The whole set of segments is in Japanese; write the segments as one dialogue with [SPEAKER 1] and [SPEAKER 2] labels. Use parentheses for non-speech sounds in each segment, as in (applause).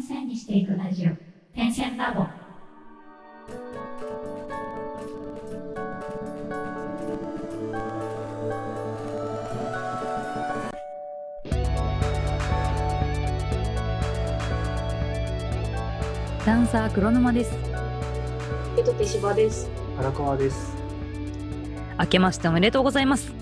[SPEAKER 1] 線にしていくラジオ点線ラボ
[SPEAKER 2] ダンサー黒沼です。
[SPEAKER 3] えっと手芝です。
[SPEAKER 4] 荒川です。
[SPEAKER 2] 明けましておめでとうございます。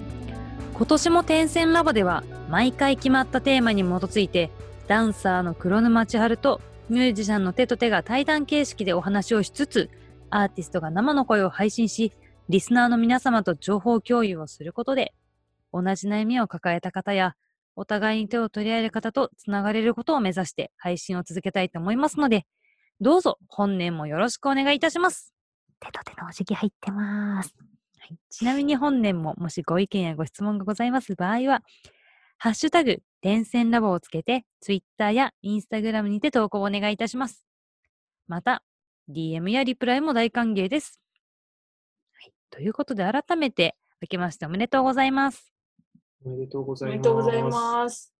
[SPEAKER 2] 今年も点線ラボでは毎回決まったテーマに基づいてダンサーの黒沼千春とミュージシャンの手と手が対談形式でお話をしつつアーティストが生の声を配信しリスナーの皆様と情報共有をすることで同じ悩みを抱えた方やお互いに手を取り合える方とつながれることを目指して配信を続けたいと思いますのでどうぞ本年もよろしくお願いいたします。手と手のお辞儀入ってます。はい、ちなみに本年ももしご意見やご質問がございます場合は、ハッシュタグ、電線ラボをつけて、Twitter や Instagram にて投稿をお願いいたします。また、DM やリプライも大歓迎です。はい、ということで、改めて、明けましておめでとうございます。
[SPEAKER 4] おめでとうご
[SPEAKER 3] お
[SPEAKER 4] ざいます。
[SPEAKER 3] めでとうございます。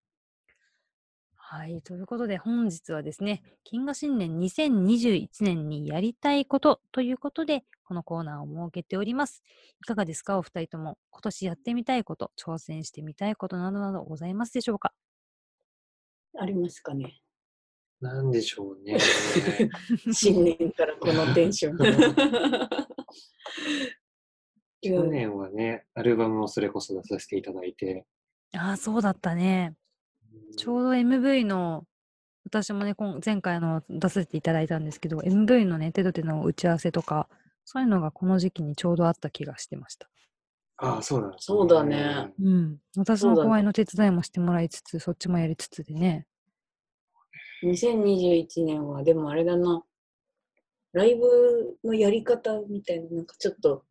[SPEAKER 2] はい、ということで、本日はですね、金河新年2021年にやりたいことということで、このコーナーを設けております。いかがですか、お二人とも。今年やってみたいこと、挑戦してみたいことなどなどございますでしょうか
[SPEAKER 3] ありますかね。
[SPEAKER 4] なんでしょう
[SPEAKER 3] (laughs)
[SPEAKER 4] ね。
[SPEAKER 3] 新年からこのテンショ (laughs) ン。違
[SPEAKER 4] 去
[SPEAKER 3] うね。
[SPEAKER 4] 年はね、アルバムをそれこそ出させていただいて、
[SPEAKER 2] ああ、そうだったね。ちょうど MV の、私もね、今前回あの出させていただいたんですけど、MV のね、手と手の打ち合わせとか、そういうのがこの時期にちょうどあった気がしてました。
[SPEAKER 4] ああ、そうだ、
[SPEAKER 3] そうだね。
[SPEAKER 2] うん。私
[SPEAKER 3] そ
[SPEAKER 2] の
[SPEAKER 3] うだね
[SPEAKER 2] 後輩の手伝いもしてもらいつつ、そっちもやりつつでね。
[SPEAKER 3] 2021年はでもあれだな。ライブのやり方みたいな、なんかちょっと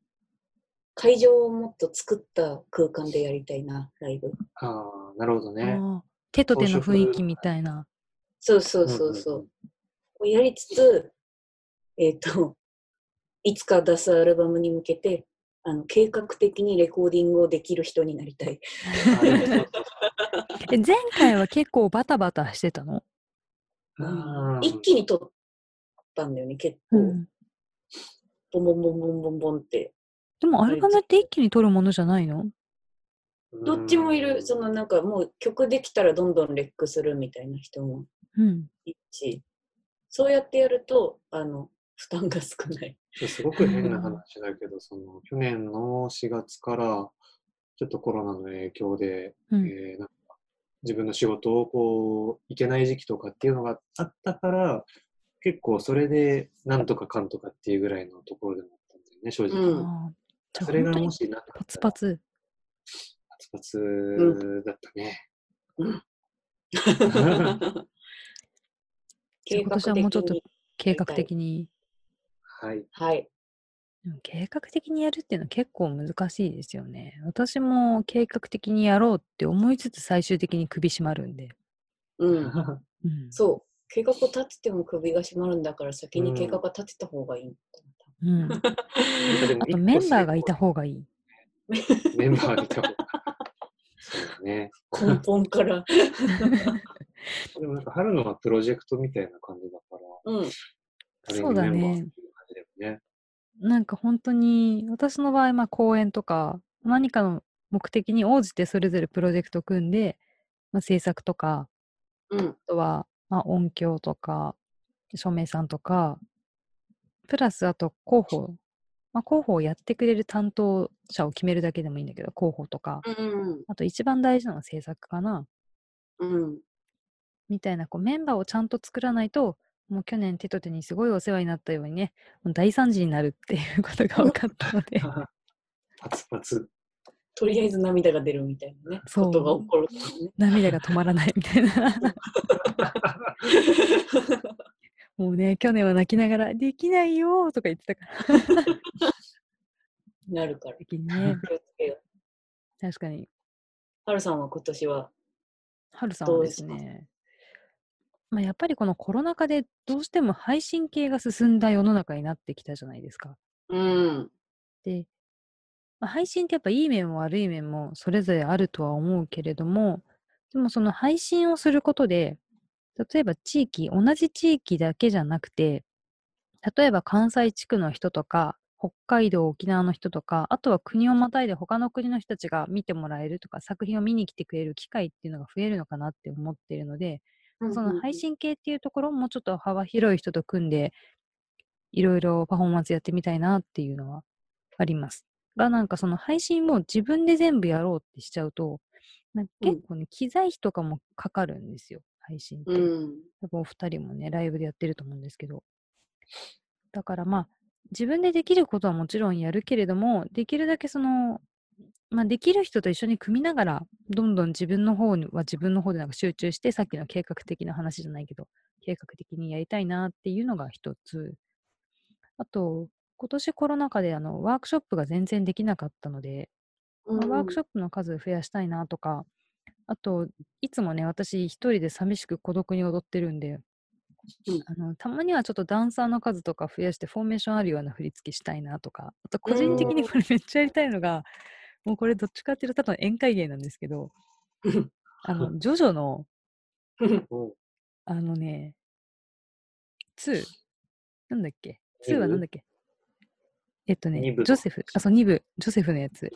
[SPEAKER 3] 会場をもっと作った空間でやりたいな、ライブ。
[SPEAKER 4] ああ、なるほどね。
[SPEAKER 2] ああ手と手の雰囲気みたいな。
[SPEAKER 3] そうそうそうそう。をやりつつ、えっ、と、いつか出すアルバムに向けて、あの計画的にレコーディングをできる人になりたい。
[SPEAKER 4] うんうんうん。
[SPEAKER 2] え前回は結構バタバタしてたの、
[SPEAKER 4] あ
[SPEAKER 3] (laughs)
[SPEAKER 4] ー
[SPEAKER 3] 一気に撮ったんだよね、結構。ボンボンボンボンボンボンって。
[SPEAKER 2] でもアルバムって一気に撮るものじゃないの
[SPEAKER 3] どっちもいる、その
[SPEAKER 4] うん
[SPEAKER 3] なんかもう曲できたらどんどんレックするみたいな人も
[SPEAKER 2] うん。
[SPEAKER 3] いるし、そうやってやると、あの、負担が少
[SPEAKER 2] (laughs)
[SPEAKER 3] ない。
[SPEAKER 4] すごく変な話だけど、その去年の4月から、ちょっとコロナの影響で、
[SPEAKER 2] うん。
[SPEAKER 4] えーなんか自分の仕事をこう行けない時期とかっていうのがあったから結構それでなんとかかんとかっていうぐらいのところでもあったんだよね正直、
[SPEAKER 3] うん
[SPEAKER 2] ああじゃあ
[SPEAKER 4] それ
[SPEAKER 2] 本
[SPEAKER 4] が
[SPEAKER 2] 当に
[SPEAKER 4] もしなかったら
[SPEAKER 2] パツパツ。
[SPEAKER 4] パツパツ
[SPEAKER 3] う
[SPEAKER 4] だったね、
[SPEAKER 2] じゃあ
[SPEAKER 3] 計
[SPEAKER 2] 今
[SPEAKER 3] 画
[SPEAKER 2] 年はもうちょっ
[SPEAKER 3] 的
[SPEAKER 2] と
[SPEAKER 3] に。
[SPEAKER 2] 計画的に。
[SPEAKER 4] (laughs) はい
[SPEAKER 3] はい。
[SPEAKER 2] でも計画的にやるっていうのは結構難しいですよね。私も計画的にやろうって思いつつ最終的に首絞まるんで。
[SPEAKER 3] うん。
[SPEAKER 2] うん。
[SPEAKER 3] そう。計画を立てても首が絞まるんだから先に計画は立てた方がいい。
[SPEAKER 2] う。ん。あ
[SPEAKER 3] (laughs)
[SPEAKER 2] とメンバーがいた方がいい。
[SPEAKER 4] メンバーがいた方がそうだね
[SPEAKER 3] (laughs) 根本から。
[SPEAKER 4] でもなんか春のはプロジェクトみたいな感じだから
[SPEAKER 3] う
[SPEAKER 4] あ
[SPEAKER 3] ん。
[SPEAKER 4] る意味
[SPEAKER 2] そうだね
[SPEAKER 4] メンバーっていう感じだよね
[SPEAKER 2] なんか本当に私の場合まあ公演とか何かの目的に応じてそれぞれプロジェクト組んで、まあ、制作とか
[SPEAKER 3] うん。
[SPEAKER 2] あとはまあ音響とか照明さんとかプラスあと広報、まあ、広報をやってくれる担当者を決めるだけでもいいんだけど広報とか
[SPEAKER 3] うん。
[SPEAKER 2] あと一番大事なのは制作かな
[SPEAKER 3] うん。
[SPEAKER 2] みたいなこうメンバーをちゃんと作らないともう去年手と手にすごいお世話になったようにねもう大惨事になるっていうことが分かったので
[SPEAKER 4] (laughs) パツパツ (laughs)
[SPEAKER 3] とりあえず涙が出るみたいなね。
[SPEAKER 2] そう
[SPEAKER 3] ことが起こるからね。
[SPEAKER 2] 涙が止まらないみたいな。もうね、去年は泣きながら、できないよーとか言ってたから。
[SPEAKER 3] なるから。
[SPEAKER 2] 時に
[SPEAKER 3] (laughs)
[SPEAKER 2] ね、
[SPEAKER 3] 気をつけよう。
[SPEAKER 2] 確かに、
[SPEAKER 3] はるさんは今年は。
[SPEAKER 2] はるさんはです
[SPEAKER 3] どうで
[SPEAKER 2] ね、まあ、やっぱりこのコロナ禍でどうしても配信系が進んだ世の中になってきたじゃないですか。
[SPEAKER 3] うん。
[SPEAKER 2] で、まあ、配信ってやっぱいい面も悪い面もそれぞれあるとは思うけれども、でもその配信をすることで、例えば地域、同じ地域だけじゃなくて、例えば関西地区の人とか、北海道、沖縄の人とか、あとは国をまたいで他の国の人たちが見てもらえるとか、作品を見に来てくれる機会っていうのが増えるのかなって思っているので、その配信系っていうところもうちょっと幅広い人と組んで、いろいろパフォーマンスやってみたいなっていうのはあります。が、なんかその配信も自分で全部やろうってしちゃうと、なんか結構ね、機材費とかもかかるんですよ、配信って。
[SPEAKER 3] うん
[SPEAKER 2] 多分お二人もね、ライブでやってると思うんですけど。だからまあ、自分でできることはもちろんやるけれども、できるだけその、まあ、できる人と一緒に組みながら、どんどん自分の方には自分の方でなんか集中して、さっきの計画的な話じゃないけど、計画的にやりたいなっていうのが一つ。あと、今年コロナ禍であのワークショップが全然できなかったので、
[SPEAKER 3] うん
[SPEAKER 2] まあワークショップの数増やしたいなとか、あと、いつもね、私一人で寂しく孤独に踊ってるんで、
[SPEAKER 3] うん
[SPEAKER 2] あの、たまにはちょっとダンサーの数とか増やして、フォーメーションあるような振り付けしたいなとか、あと個人的にこれめっちゃやりたいのが、もうこれどっちかっていうと多分宴会芸なんですけど、あ
[SPEAKER 3] (laughs)
[SPEAKER 2] の、ジョジョの、
[SPEAKER 4] うん
[SPEAKER 2] あのね、2、なんだっけ ?2 はなんだっけえっと
[SPEAKER 4] 二
[SPEAKER 2] ね
[SPEAKER 4] 部、の
[SPEAKER 2] ジョセフ、あ、そう、2部、ジョセフのやつ。
[SPEAKER 4] ジョ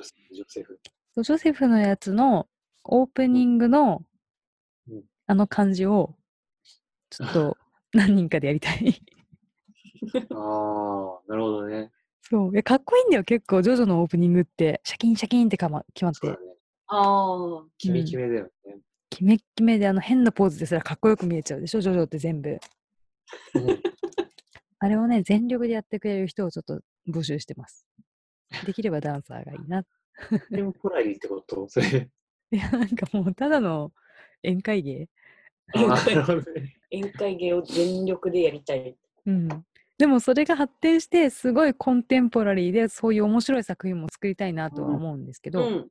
[SPEAKER 4] セフ。
[SPEAKER 2] そうジョセフのやつのオープニングの
[SPEAKER 4] うん
[SPEAKER 2] あの感じをちょっ
[SPEAKER 4] (laughs)
[SPEAKER 2] と何人かでやりたい。 (laughs)
[SPEAKER 4] ああ、なるほどね。
[SPEAKER 2] そう。いや、かっこいいんだよ、結構、ジョジョのオープニングって、シャキンシャキンってかま決まっ
[SPEAKER 4] そう
[SPEAKER 2] て
[SPEAKER 4] だ、ね。
[SPEAKER 3] ああ、
[SPEAKER 4] キメキメだよね。
[SPEAKER 2] キメッキメで、あの変なポーズですらかっこよく見えちゃうでしょ、ジョジョって全部。
[SPEAKER 4] (laughs) うん
[SPEAKER 2] あれをね、全力でやってくれる人をちょっと募集してます。できればダンサーがいいな。 (laughs)
[SPEAKER 4] でも、来ないってことそれ。
[SPEAKER 2] いや、なんかもう、ただの宴会芸。
[SPEAKER 4] ああ、なるほどね。
[SPEAKER 3] 宴会芸を全力でやりたい。
[SPEAKER 2] うん、でもそれが発展してすごいコンテンポラリーでそういう面白い作品も作りたいなとは
[SPEAKER 4] うん
[SPEAKER 2] 思うんですけ
[SPEAKER 3] う
[SPEAKER 2] ど
[SPEAKER 3] ん。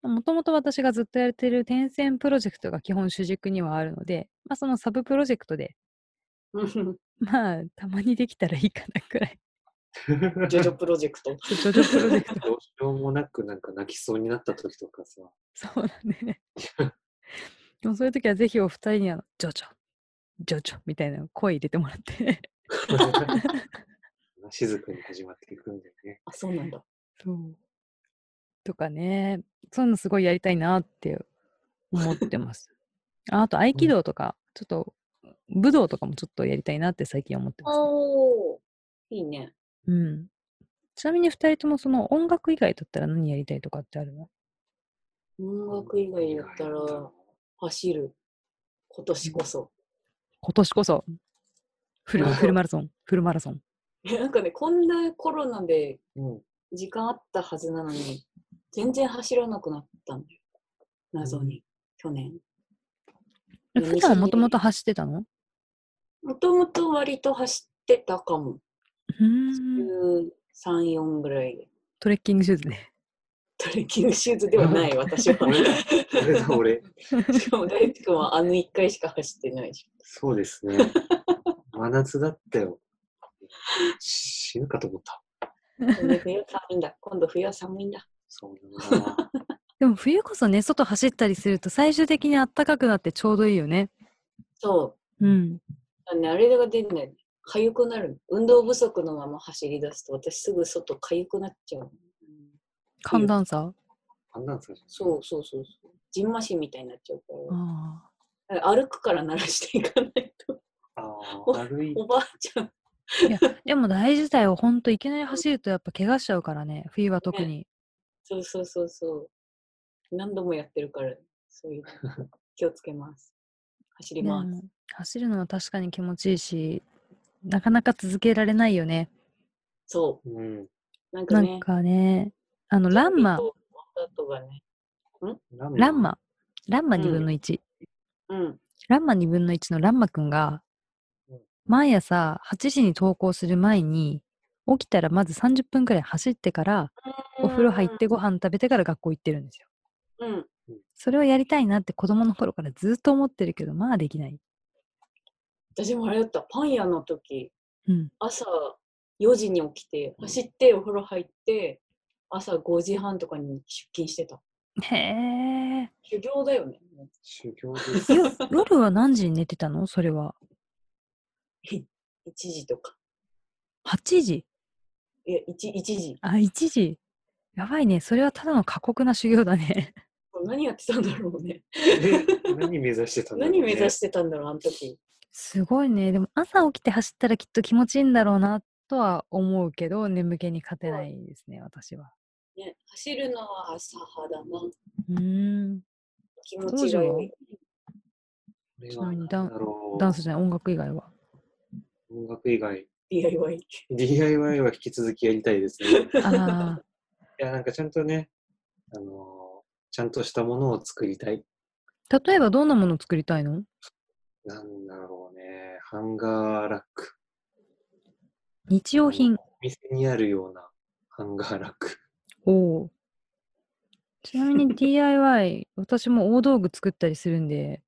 [SPEAKER 2] もともと私がずっとやってる転戦プロジェクトが基本主軸にはあるので、まあ、そのサブプロジェクトで (laughs) まあたまにできたらいいか
[SPEAKER 4] (laughs)
[SPEAKER 2] なくらい
[SPEAKER 3] (laughs) ジョジョプロジェクト。
[SPEAKER 2] ジョジョプロジェクト (laughs)
[SPEAKER 4] どうしようもなく、なんか泣きそうになった時とか (laughs) さ。
[SPEAKER 2] そうだ
[SPEAKER 4] (laughs)
[SPEAKER 2] ねでもそういう時はぜひお二人にあの「ジョジョジョジョ」みたいな声入れてもらって
[SPEAKER 4] 静かに始まっていくんだよね。
[SPEAKER 3] あ、そうなんだ。
[SPEAKER 2] そうとかねそういうのすごいやりたいなって思ってます。ああと合気道とか、ちょっと武道とかもちょっとやりたいなって最近思ってます、ね
[SPEAKER 3] おー、いいね。
[SPEAKER 2] うん。ちなみに2人ともその音楽以外だったら何やりたいとかってあるの
[SPEAKER 3] 音楽以外だったら、走る。今年こそ。
[SPEAKER 2] 今年こそフル
[SPEAKER 4] うん
[SPEAKER 2] フルマラソンフルマラソン。
[SPEAKER 3] いや (laughs) なんかね、こんなコロナで
[SPEAKER 4] うん。
[SPEAKER 3] 時間あったはずなのに、全然走らなくなったんだよ。謎に。去年。
[SPEAKER 2] え
[SPEAKER 3] うん
[SPEAKER 2] 普段はもともと走ってたの
[SPEAKER 3] もともと割と走ってたかも。
[SPEAKER 2] うーん
[SPEAKER 3] 13、4ぐらいで。
[SPEAKER 2] トレッキングシューズね。
[SPEAKER 3] トレッキングシューズでは
[SPEAKER 4] (laughs)
[SPEAKER 3] ない、私は。
[SPEAKER 4] 俺だ、俺だ、俺。
[SPEAKER 3] しかも大地君はあの1回しか走ってないし。
[SPEAKER 4] そうです (laughs) ね。真夏だったよ。死ぬかと思った。
[SPEAKER 3] これ冬寒いんだ。今度冬は寒いんだ。
[SPEAKER 4] そうだ (laughs) な。
[SPEAKER 2] (laughs) でも冬こそね外走ったりすると最終的に暖かくなってちょうどいいよね。
[SPEAKER 3] そう。
[SPEAKER 2] うん。
[SPEAKER 3] あのね、あれが出ない。かゆくなる。運動不足のまま走り出すと、私すぐ外かゆくなっちゃう。
[SPEAKER 2] 寒暖差。
[SPEAKER 4] 判断されちゃ
[SPEAKER 3] そうそうそうそう。じんましんみたいになっちゃう
[SPEAKER 2] ああ。
[SPEAKER 3] から。歩くから慣らしていかないと。
[SPEAKER 4] う。ああ、悪い。
[SPEAKER 3] おばあちゃん。
[SPEAKER 2] いやでも大事だよ、ほんといきなり走るとやっぱ怪我しちゃうからね、冬は特に。
[SPEAKER 3] そうそうそうそう。何度もやってるから、そういう。気をつけます。走り
[SPEAKER 2] で
[SPEAKER 3] ます。
[SPEAKER 2] も走るのは確かに気持ちいいし、なかなか続けられないよね。
[SPEAKER 3] そ
[SPEAKER 4] うん。
[SPEAKER 3] う。なんか
[SPEAKER 2] なん
[SPEAKER 3] ね。
[SPEAKER 2] かね、あのランマ、
[SPEAKER 3] 終わった後がね。
[SPEAKER 4] ラン
[SPEAKER 2] ラン。マ、ランマ2分の1、
[SPEAKER 3] うん。
[SPEAKER 2] ランマ2分の1のランマくんが
[SPEAKER 4] うん、
[SPEAKER 2] 毎朝8時に登校する前に、起きたらまず30分くらい走ってから、お風呂入ってご飯食べてから学校行ってるんですよ。
[SPEAKER 3] うん。
[SPEAKER 2] それをやりたいなって子供の頃からずっと思ってるけど、まあできない。
[SPEAKER 3] 私もあれだった。パン屋の時、
[SPEAKER 2] うん。
[SPEAKER 3] 朝4時に起きて、走ってお風呂入って、朝5時半とかに出勤してた。
[SPEAKER 2] へえ。
[SPEAKER 3] 修行だよね。
[SPEAKER 4] 修行
[SPEAKER 2] (laughs)
[SPEAKER 4] です。
[SPEAKER 2] 夜夜は何時に寝てたのそれは。
[SPEAKER 3] 1時とか。
[SPEAKER 2] 8時
[SPEAKER 3] いや、1, 一時。
[SPEAKER 2] あ、1時。やばいね。それはただの過酷な修行だね。 (laughs)
[SPEAKER 3] 何やってたんだろうね。
[SPEAKER 4] え何目指してたんだろうね
[SPEAKER 3] 何目指してたんだろう、あの時。
[SPEAKER 2] すごいね。でも朝起きて走ったらきっと気持ちいいんだろうなとは思うけど、眠気に勝てないですね、私は。
[SPEAKER 3] ね、走るのは浅はだな。
[SPEAKER 2] うーん。
[SPEAKER 3] 気持ちが良い。
[SPEAKER 4] これは何だろう
[SPEAKER 2] ダンスじゃない、音楽以外は。
[SPEAKER 4] 音楽以外。
[SPEAKER 3] DIY。
[SPEAKER 4] DIY は引き続きやりたい
[SPEAKER 2] (laughs)
[SPEAKER 4] ですね。
[SPEAKER 2] ああ、
[SPEAKER 4] いや、なんかちゃんとね、あのーちゃんとしたものを作りたい。
[SPEAKER 2] 例えばどんなもの作りたいの
[SPEAKER 4] なんだろうね。ハンガーラック。
[SPEAKER 2] 日用品。
[SPEAKER 4] お店にあるようなハンガーラック。
[SPEAKER 2] おお。ちなみ
[SPEAKER 4] (laughs)
[SPEAKER 2] に DIY、私も大道具作ったりするんで、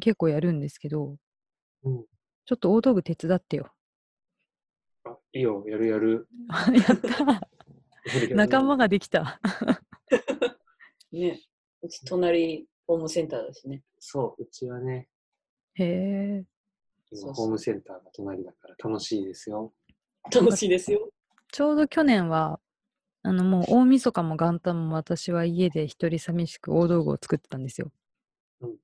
[SPEAKER 2] 結構やるんですけど、
[SPEAKER 4] うん
[SPEAKER 2] ちょっと大道具手伝ってよ。
[SPEAKER 4] あ、いいよ、やるやる。
[SPEAKER 2] (laughs) やった
[SPEAKER 4] やるやる
[SPEAKER 2] 仲間ができた。
[SPEAKER 3] ね。うち隣、ホームセンターだしね。
[SPEAKER 4] そう、うちはね、
[SPEAKER 2] へえ。
[SPEAKER 4] 今
[SPEAKER 3] そうそ
[SPEAKER 4] ホ
[SPEAKER 3] う
[SPEAKER 4] ームセンターが隣だから楽しいですよ。
[SPEAKER 3] 楽しいですよ。
[SPEAKER 2] ちょうど去年は、あのもう大晦日も元旦も私は家で一人寂しく大道具を作ってたんですよ。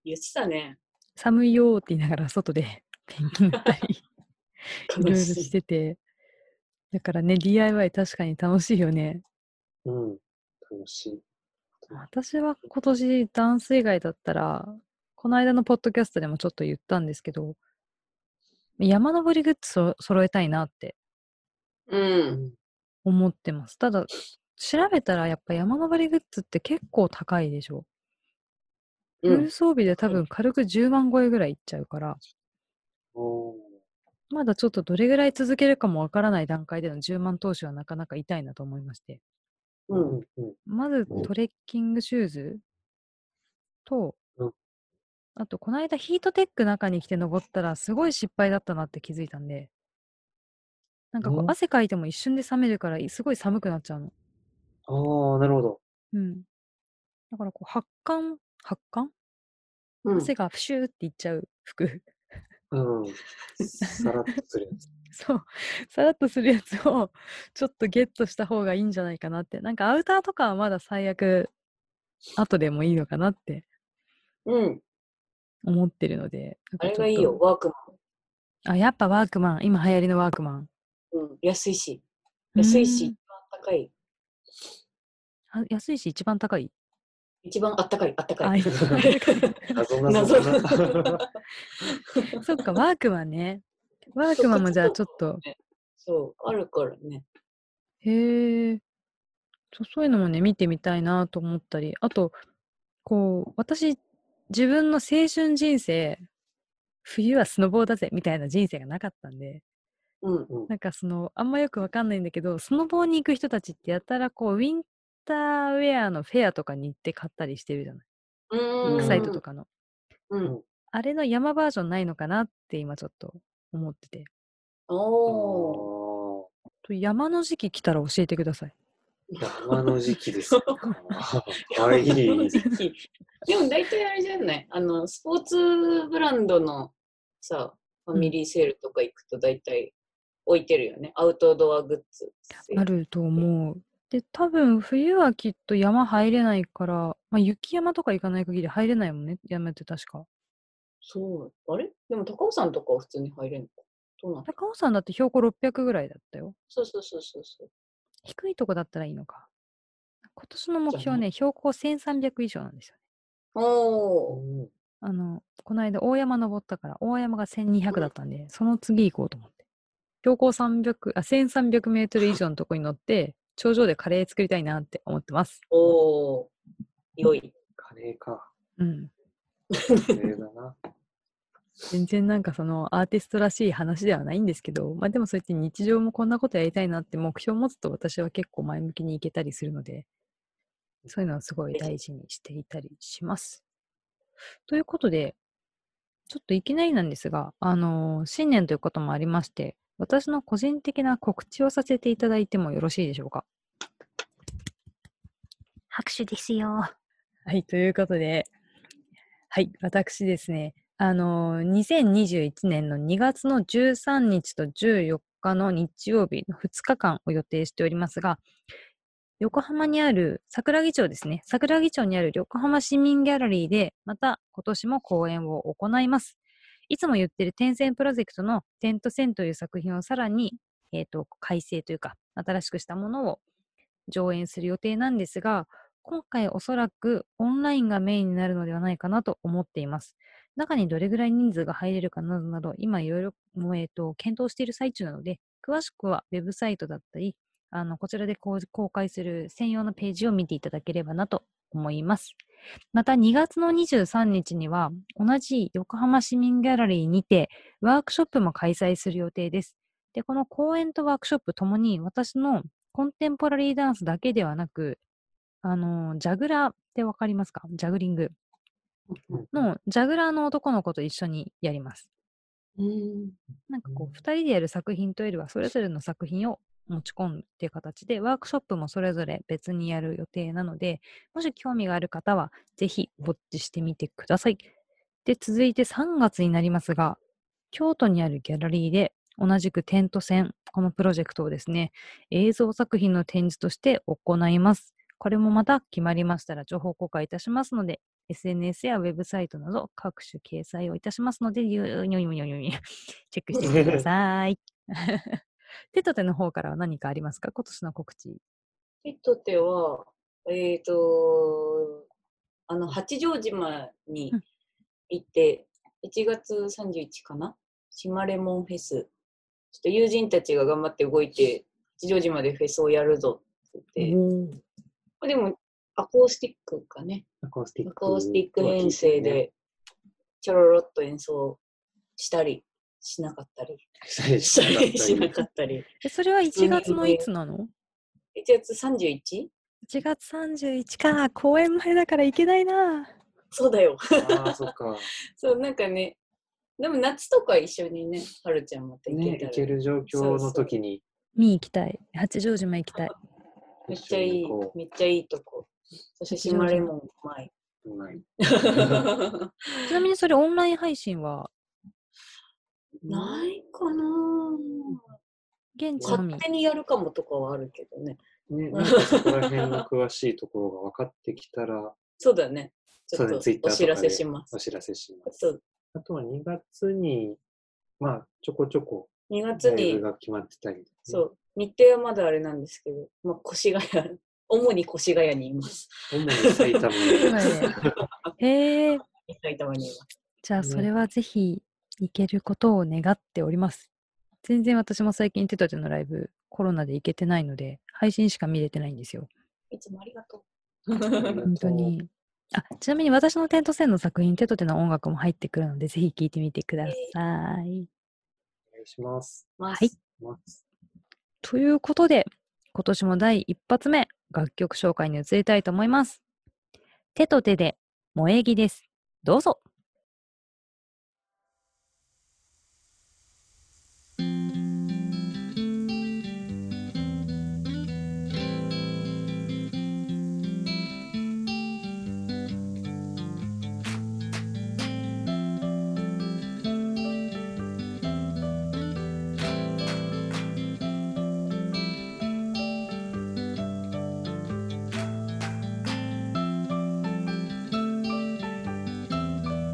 [SPEAKER 3] 言ってたね。
[SPEAKER 2] 寒いよーって言いながら外で (laughs) ペンキ塗
[SPEAKER 4] (laughs)
[SPEAKER 2] ったり。いろい
[SPEAKER 3] 悲
[SPEAKER 2] ろ
[SPEAKER 3] し
[SPEAKER 2] し
[SPEAKER 3] い。
[SPEAKER 2] てて。だからね、DIY 確かに楽しいよね。
[SPEAKER 4] うん、楽しい。
[SPEAKER 2] 私は今年ダンス以外だったら、この間のポッドキャストでもちょっと言ったんですけど、山登りグッズそ揃えたいなって
[SPEAKER 3] うん。
[SPEAKER 2] 思ってます。ただ、調べたらやっぱ山登りグッズって結構高いでしょ。
[SPEAKER 3] う
[SPEAKER 2] フル
[SPEAKER 3] ん。
[SPEAKER 2] 装備で多分軽く10万超えぐらいいっちゃうから、
[SPEAKER 4] おー
[SPEAKER 2] まだちょっとどれぐらい続けるかもわからない段階での10万投資はなかなか痛いなと思いまして。
[SPEAKER 3] う。
[SPEAKER 4] うんんうん
[SPEAKER 2] まず
[SPEAKER 4] うん
[SPEAKER 2] トレッキングシューズと
[SPEAKER 4] うん、
[SPEAKER 2] あとこの間ヒートテック中に着て登ったらすごい失敗だったなって気づいたんで、なんかこう
[SPEAKER 4] うん
[SPEAKER 2] 汗かいても一瞬で冷めるからいすごい寒くなっちゃうの。
[SPEAKER 4] ああ、なるほど。
[SPEAKER 2] うん。だからこう発汗、発汗
[SPEAKER 3] うん
[SPEAKER 2] 汗がプシューっていっちゃう服。 (laughs)
[SPEAKER 4] うん。さらっとするやつ。
[SPEAKER 2] そう。さらっとするやつをちょっとゲットした方がいいんじゃないかなって。なんかアウターとかはまだ最悪後でもいいのかなって
[SPEAKER 3] うん。
[SPEAKER 2] 思ってるので。なん
[SPEAKER 3] あ
[SPEAKER 2] かち
[SPEAKER 3] れ
[SPEAKER 2] ょっ
[SPEAKER 3] がいい
[SPEAKER 2] と
[SPEAKER 3] よ、ワークマ
[SPEAKER 2] あ、やっぱワークマン。今流行りのワークマン。
[SPEAKER 3] ン。うん。安いし。安いし、
[SPEAKER 2] う
[SPEAKER 3] 一
[SPEAKER 2] ん
[SPEAKER 3] 番高い。
[SPEAKER 2] あ安いし、一番高い。
[SPEAKER 3] 一番あったかい、あったか
[SPEAKER 2] あ、
[SPEAKER 3] い。
[SPEAKER 2] 一番高い。
[SPEAKER 4] 謎な
[SPEAKER 3] 謎
[SPEAKER 4] ぞ
[SPEAKER 3] だ
[SPEAKER 4] な。 (laughs)
[SPEAKER 2] そっか、ワークマン
[SPEAKER 3] (laughs)
[SPEAKER 2] ね。ワークマンもじゃあちょっと。
[SPEAKER 3] (laughs) そう、あるからね。
[SPEAKER 2] へえ。そうそういうのもね、見てみたいなと思ったり。あと、こう、私、自分の青春人生、冬はスノボーだぜ、みたいな人生がなかったんで、
[SPEAKER 3] うん。
[SPEAKER 4] うん
[SPEAKER 2] なんかその、あんまよくわかんないんだけど、スノボーに行く人たちってやたらこう、ウィンターウェアのフェアとかに行って買ったりしてるじゃない。
[SPEAKER 3] う
[SPEAKER 2] ブッ
[SPEAKER 3] ん。
[SPEAKER 2] クサイトとかの。
[SPEAKER 3] うん。
[SPEAKER 2] あれの山バージョンないのかなって今ちょっと思ってて。
[SPEAKER 3] おー。
[SPEAKER 4] お
[SPEAKER 2] と山の時期来たら教えてください。
[SPEAKER 4] 山の時期
[SPEAKER 3] (laughs)
[SPEAKER 4] ですか。はい。
[SPEAKER 3] 正直 (laughs) でも大体あれじゃないあの、スポーツブランドのさ、ファミリーセールとか行くと大体置いてるよね。アウトドアグッズ。
[SPEAKER 2] あると思う。で、多分冬はきっと山入れないから、まあ、雪山とか行かない限り入れないもんね。山って確か。
[SPEAKER 3] そう。あれでも高尾山とかは普通に入れんのか。どうなんだ
[SPEAKER 2] 高尾山だって標高600ぐらいだったよ。
[SPEAKER 3] そうそうそうそうそう。
[SPEAKER 2] 低いとこだったらいいのか。今年の目標は
[SPEAKER 3] じゃ
[SPEAKER 2] ね、標高1300以上なんですよね。
[SPEAKER 3] おー。
[SPEAKER 2] あの、この間大山登ったから、大山が1200だったんで、その次行こうと思って。標高300、あ、1300メートル以上のとこに乗って、頂上でカレー作りたいなって思ってます。
[SPEAKER 3] おー。良い。
[SPEAKER 4] カレーか。
[SPEAKER 2] うん。
[SPEAKER 4] カレーだな。
[SPEAKER 2] 全然なんかそのアーティストらしい話ではないんですけど、まあでもそうやって日常もこんなことやりたいなって目標を持つと私は結構前向きにいけたりするので、そういうのをすごい大事にしていたりします。ということで、ちょっといきなりなんですが、あのー新年ということもありまして、私の個人的な告知をさせていただいてもよろしいでしょうか。
[SPEAKER 5] 拍手ですよ。
[SPEAKER 2] はい、ということで、はい、私ですね、あのー、2021年の2月の13日と14日の日曜日の2日間を予定しておりますが、横浜にある桜木町ですね、桜木町にある横浜市民ギャラリーで、また今年も公演を行います。いつも言ってる点線プロジェクトのテント線という作品をさらに、えー、と改正というか、新しくしたものを上演する予定なんですが、今回おそらくオンラインがメインになるのではないかなと思っています。中にどれぐらい人数が入れるかなどなど、今いろいろ、もうえーと検討している最中なので、詳しくはウェブサイトだったり、あのこちらで公公開する専用のページを見ていただければなと思います。また2月の23日には、同じ横浜市民ギャラリーにて、ワークショップも開催する予定です。で、この講演とワークショップともに、私のコンテンポラリーダンスだけではなく、あのージャグラーってわかりますかジャグリングの、ジャグラーの男の子と一緒にやります。
[SPEAKER 3] うん
[SPEAKER 2] なんかこ
[SPEAKER 4] うん
[SPEAKER 2] う、2人でやる作品というよりは、それぞれの作品を持ち込むっていう形で、ワークショップもそれぞれ別にやる予定なので、もし興味がある方は、ぜひ、ウォッチしてみてください。で、続いて3月になりますが、京都にあるギャラリーで、同じくテント戦、このプロジェクトをですね、映像作品の展示として行います。これもまた決まりましたら情報公開いたしますので、SNS やウェブサイトなど各種掲載をいたしますので、ゆーにょにょにょにょにょチェックしてみてください。 (laughs) テトテの方からは何かありますか今年の告知。
[SPEAKER 3] ピットテは、えっ、と、あの、八丈島に
[SPEAKER 2] うん
[SPEAKER 3] 行って、1月31かな島レモンフェス。ちょっと友人たちが頑張って動いて、八丈島でフェスをやるぞって言って、まあでも、アコースティックかね。
[SPEAKER 4] アコースティッ
[SPEAKER 3] ア
[SPEAKER 4] ク。
[SPEAKER 3] コースティック編成。で、ちょろろっと演奏したり、しなかったり、
[SPEAKER 4] したり
[SPEAKER 3] したり (laughs) し
[SPEAKER 4] しな
[SPEAKER 3] な
[SPEAKER 4] か
[SPEAKER 3] か
[SPEAKER 4] っ
[SPEAKER 3] ったり。
[SPEAKER 2] えそれは1月の
[SPEAKER 3] ね
[SPEAKER 2] いつなの
[SPEAKER 3] 1月 31?
[SPEAKER 2] ?1 月31か。公演前だから行けないな。
[SPEAKER 3] そうだよ。
[SPEAKER 4] た。ああ、そっか。
[SPEAKER 3] そう、なんかね、でも夏とか一緒にね、はるちゃんまた行
[SPEAKER 4] ね行
[SPEAKER 3] け、たら、
[SPEAKER 4] ける状況の時に。
[SPEAKER 2] 見に行きたい。八丈島行きたい。
[SPEAKER 3] めっちゃいい
[SPEAKER 4] 一緒に行、こ
[SPEAKER 3] めっちゃいいとこ。そして島レモンうまい。
[SPEAKER 4] ううまい
[SPEAKER 2] (laughs) ちなみにそれオンライン配信は
[SPEAKER 3] (laughs) ないかな
[SPEAKER 2] 現地のみ
[SPEAKER 3] 勝。手にやるかもとかはあるけどね。
[SPEAKER 4] ね、なんかそこら辺の詳しいところが分かってきたら、
[SPEAKER 3] そうだね。ち
[SPEAKER 4] そ
[SPEAKER 3] ょ
[SPEAKER 4] う
[SPEAKER 3] っ
[SPEAKER 4] ね
[SPEAKER 3] と
[SPEAKER 4] Twitter
[SPEAKER 3] お知ら
[SPEAKER 4] とか
[SPEAKER 3] せ
[SPEAKER 4] で
[SPEAKER 3] します
[SPEAKER 4] お。知らせします。
[SPEAKER 3] そう
[SPEAKER 4] あとは2月に、まあ、ちょこちょこ、
[SPEAKER 3] 2月
[SPEAKER 4] ライブ
[SPEAKER 3] に、
[SPEAKER 4] が決まってたり、
[SPEAKER 3] そう、日程はまだあれなんですけど、まあ、越谷、 (laughs) 主に越谷にいます。
[SPEAKER 4] 主に埼玉
[SPEAKER 2] (laughs) そう
[SPEAKER 4] に
[SPEAKER 2] だよね (laughs) へえ。
[SPEAKER 3] 埼玉にいます。
[SPEAKER 2] じゃあ
[SPEAKER 4] ね
[SPEAKER 2] それはぜひ行けることを願っております。全然私も最近テトテのライブコロナで行けてないので配信しか見れてないんですよ。
[SPEAKER 3] いつもありがと
[SPEAKER 2] 本当。に。あちなみに私のテント戦の作品テトテの音楽も入ってくるのでぜひ聴いてみてください。。
[SPEAKER 4] お願いします。
[SPEAKER 3] う。はい
[SPEAKER 2] ということで今年も第一発目楽曲紹介に移りたいと思います。手と手で萌え木です。どうぞ。
[SPEAKER 6] 「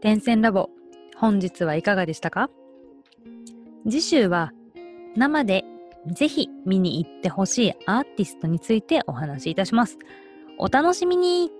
[SPEAKER 2] 点線ラボ本日はいかがでしたか次週は生でぜひ見に行ってほしいアーティストについてお話しいたしますお楽しみに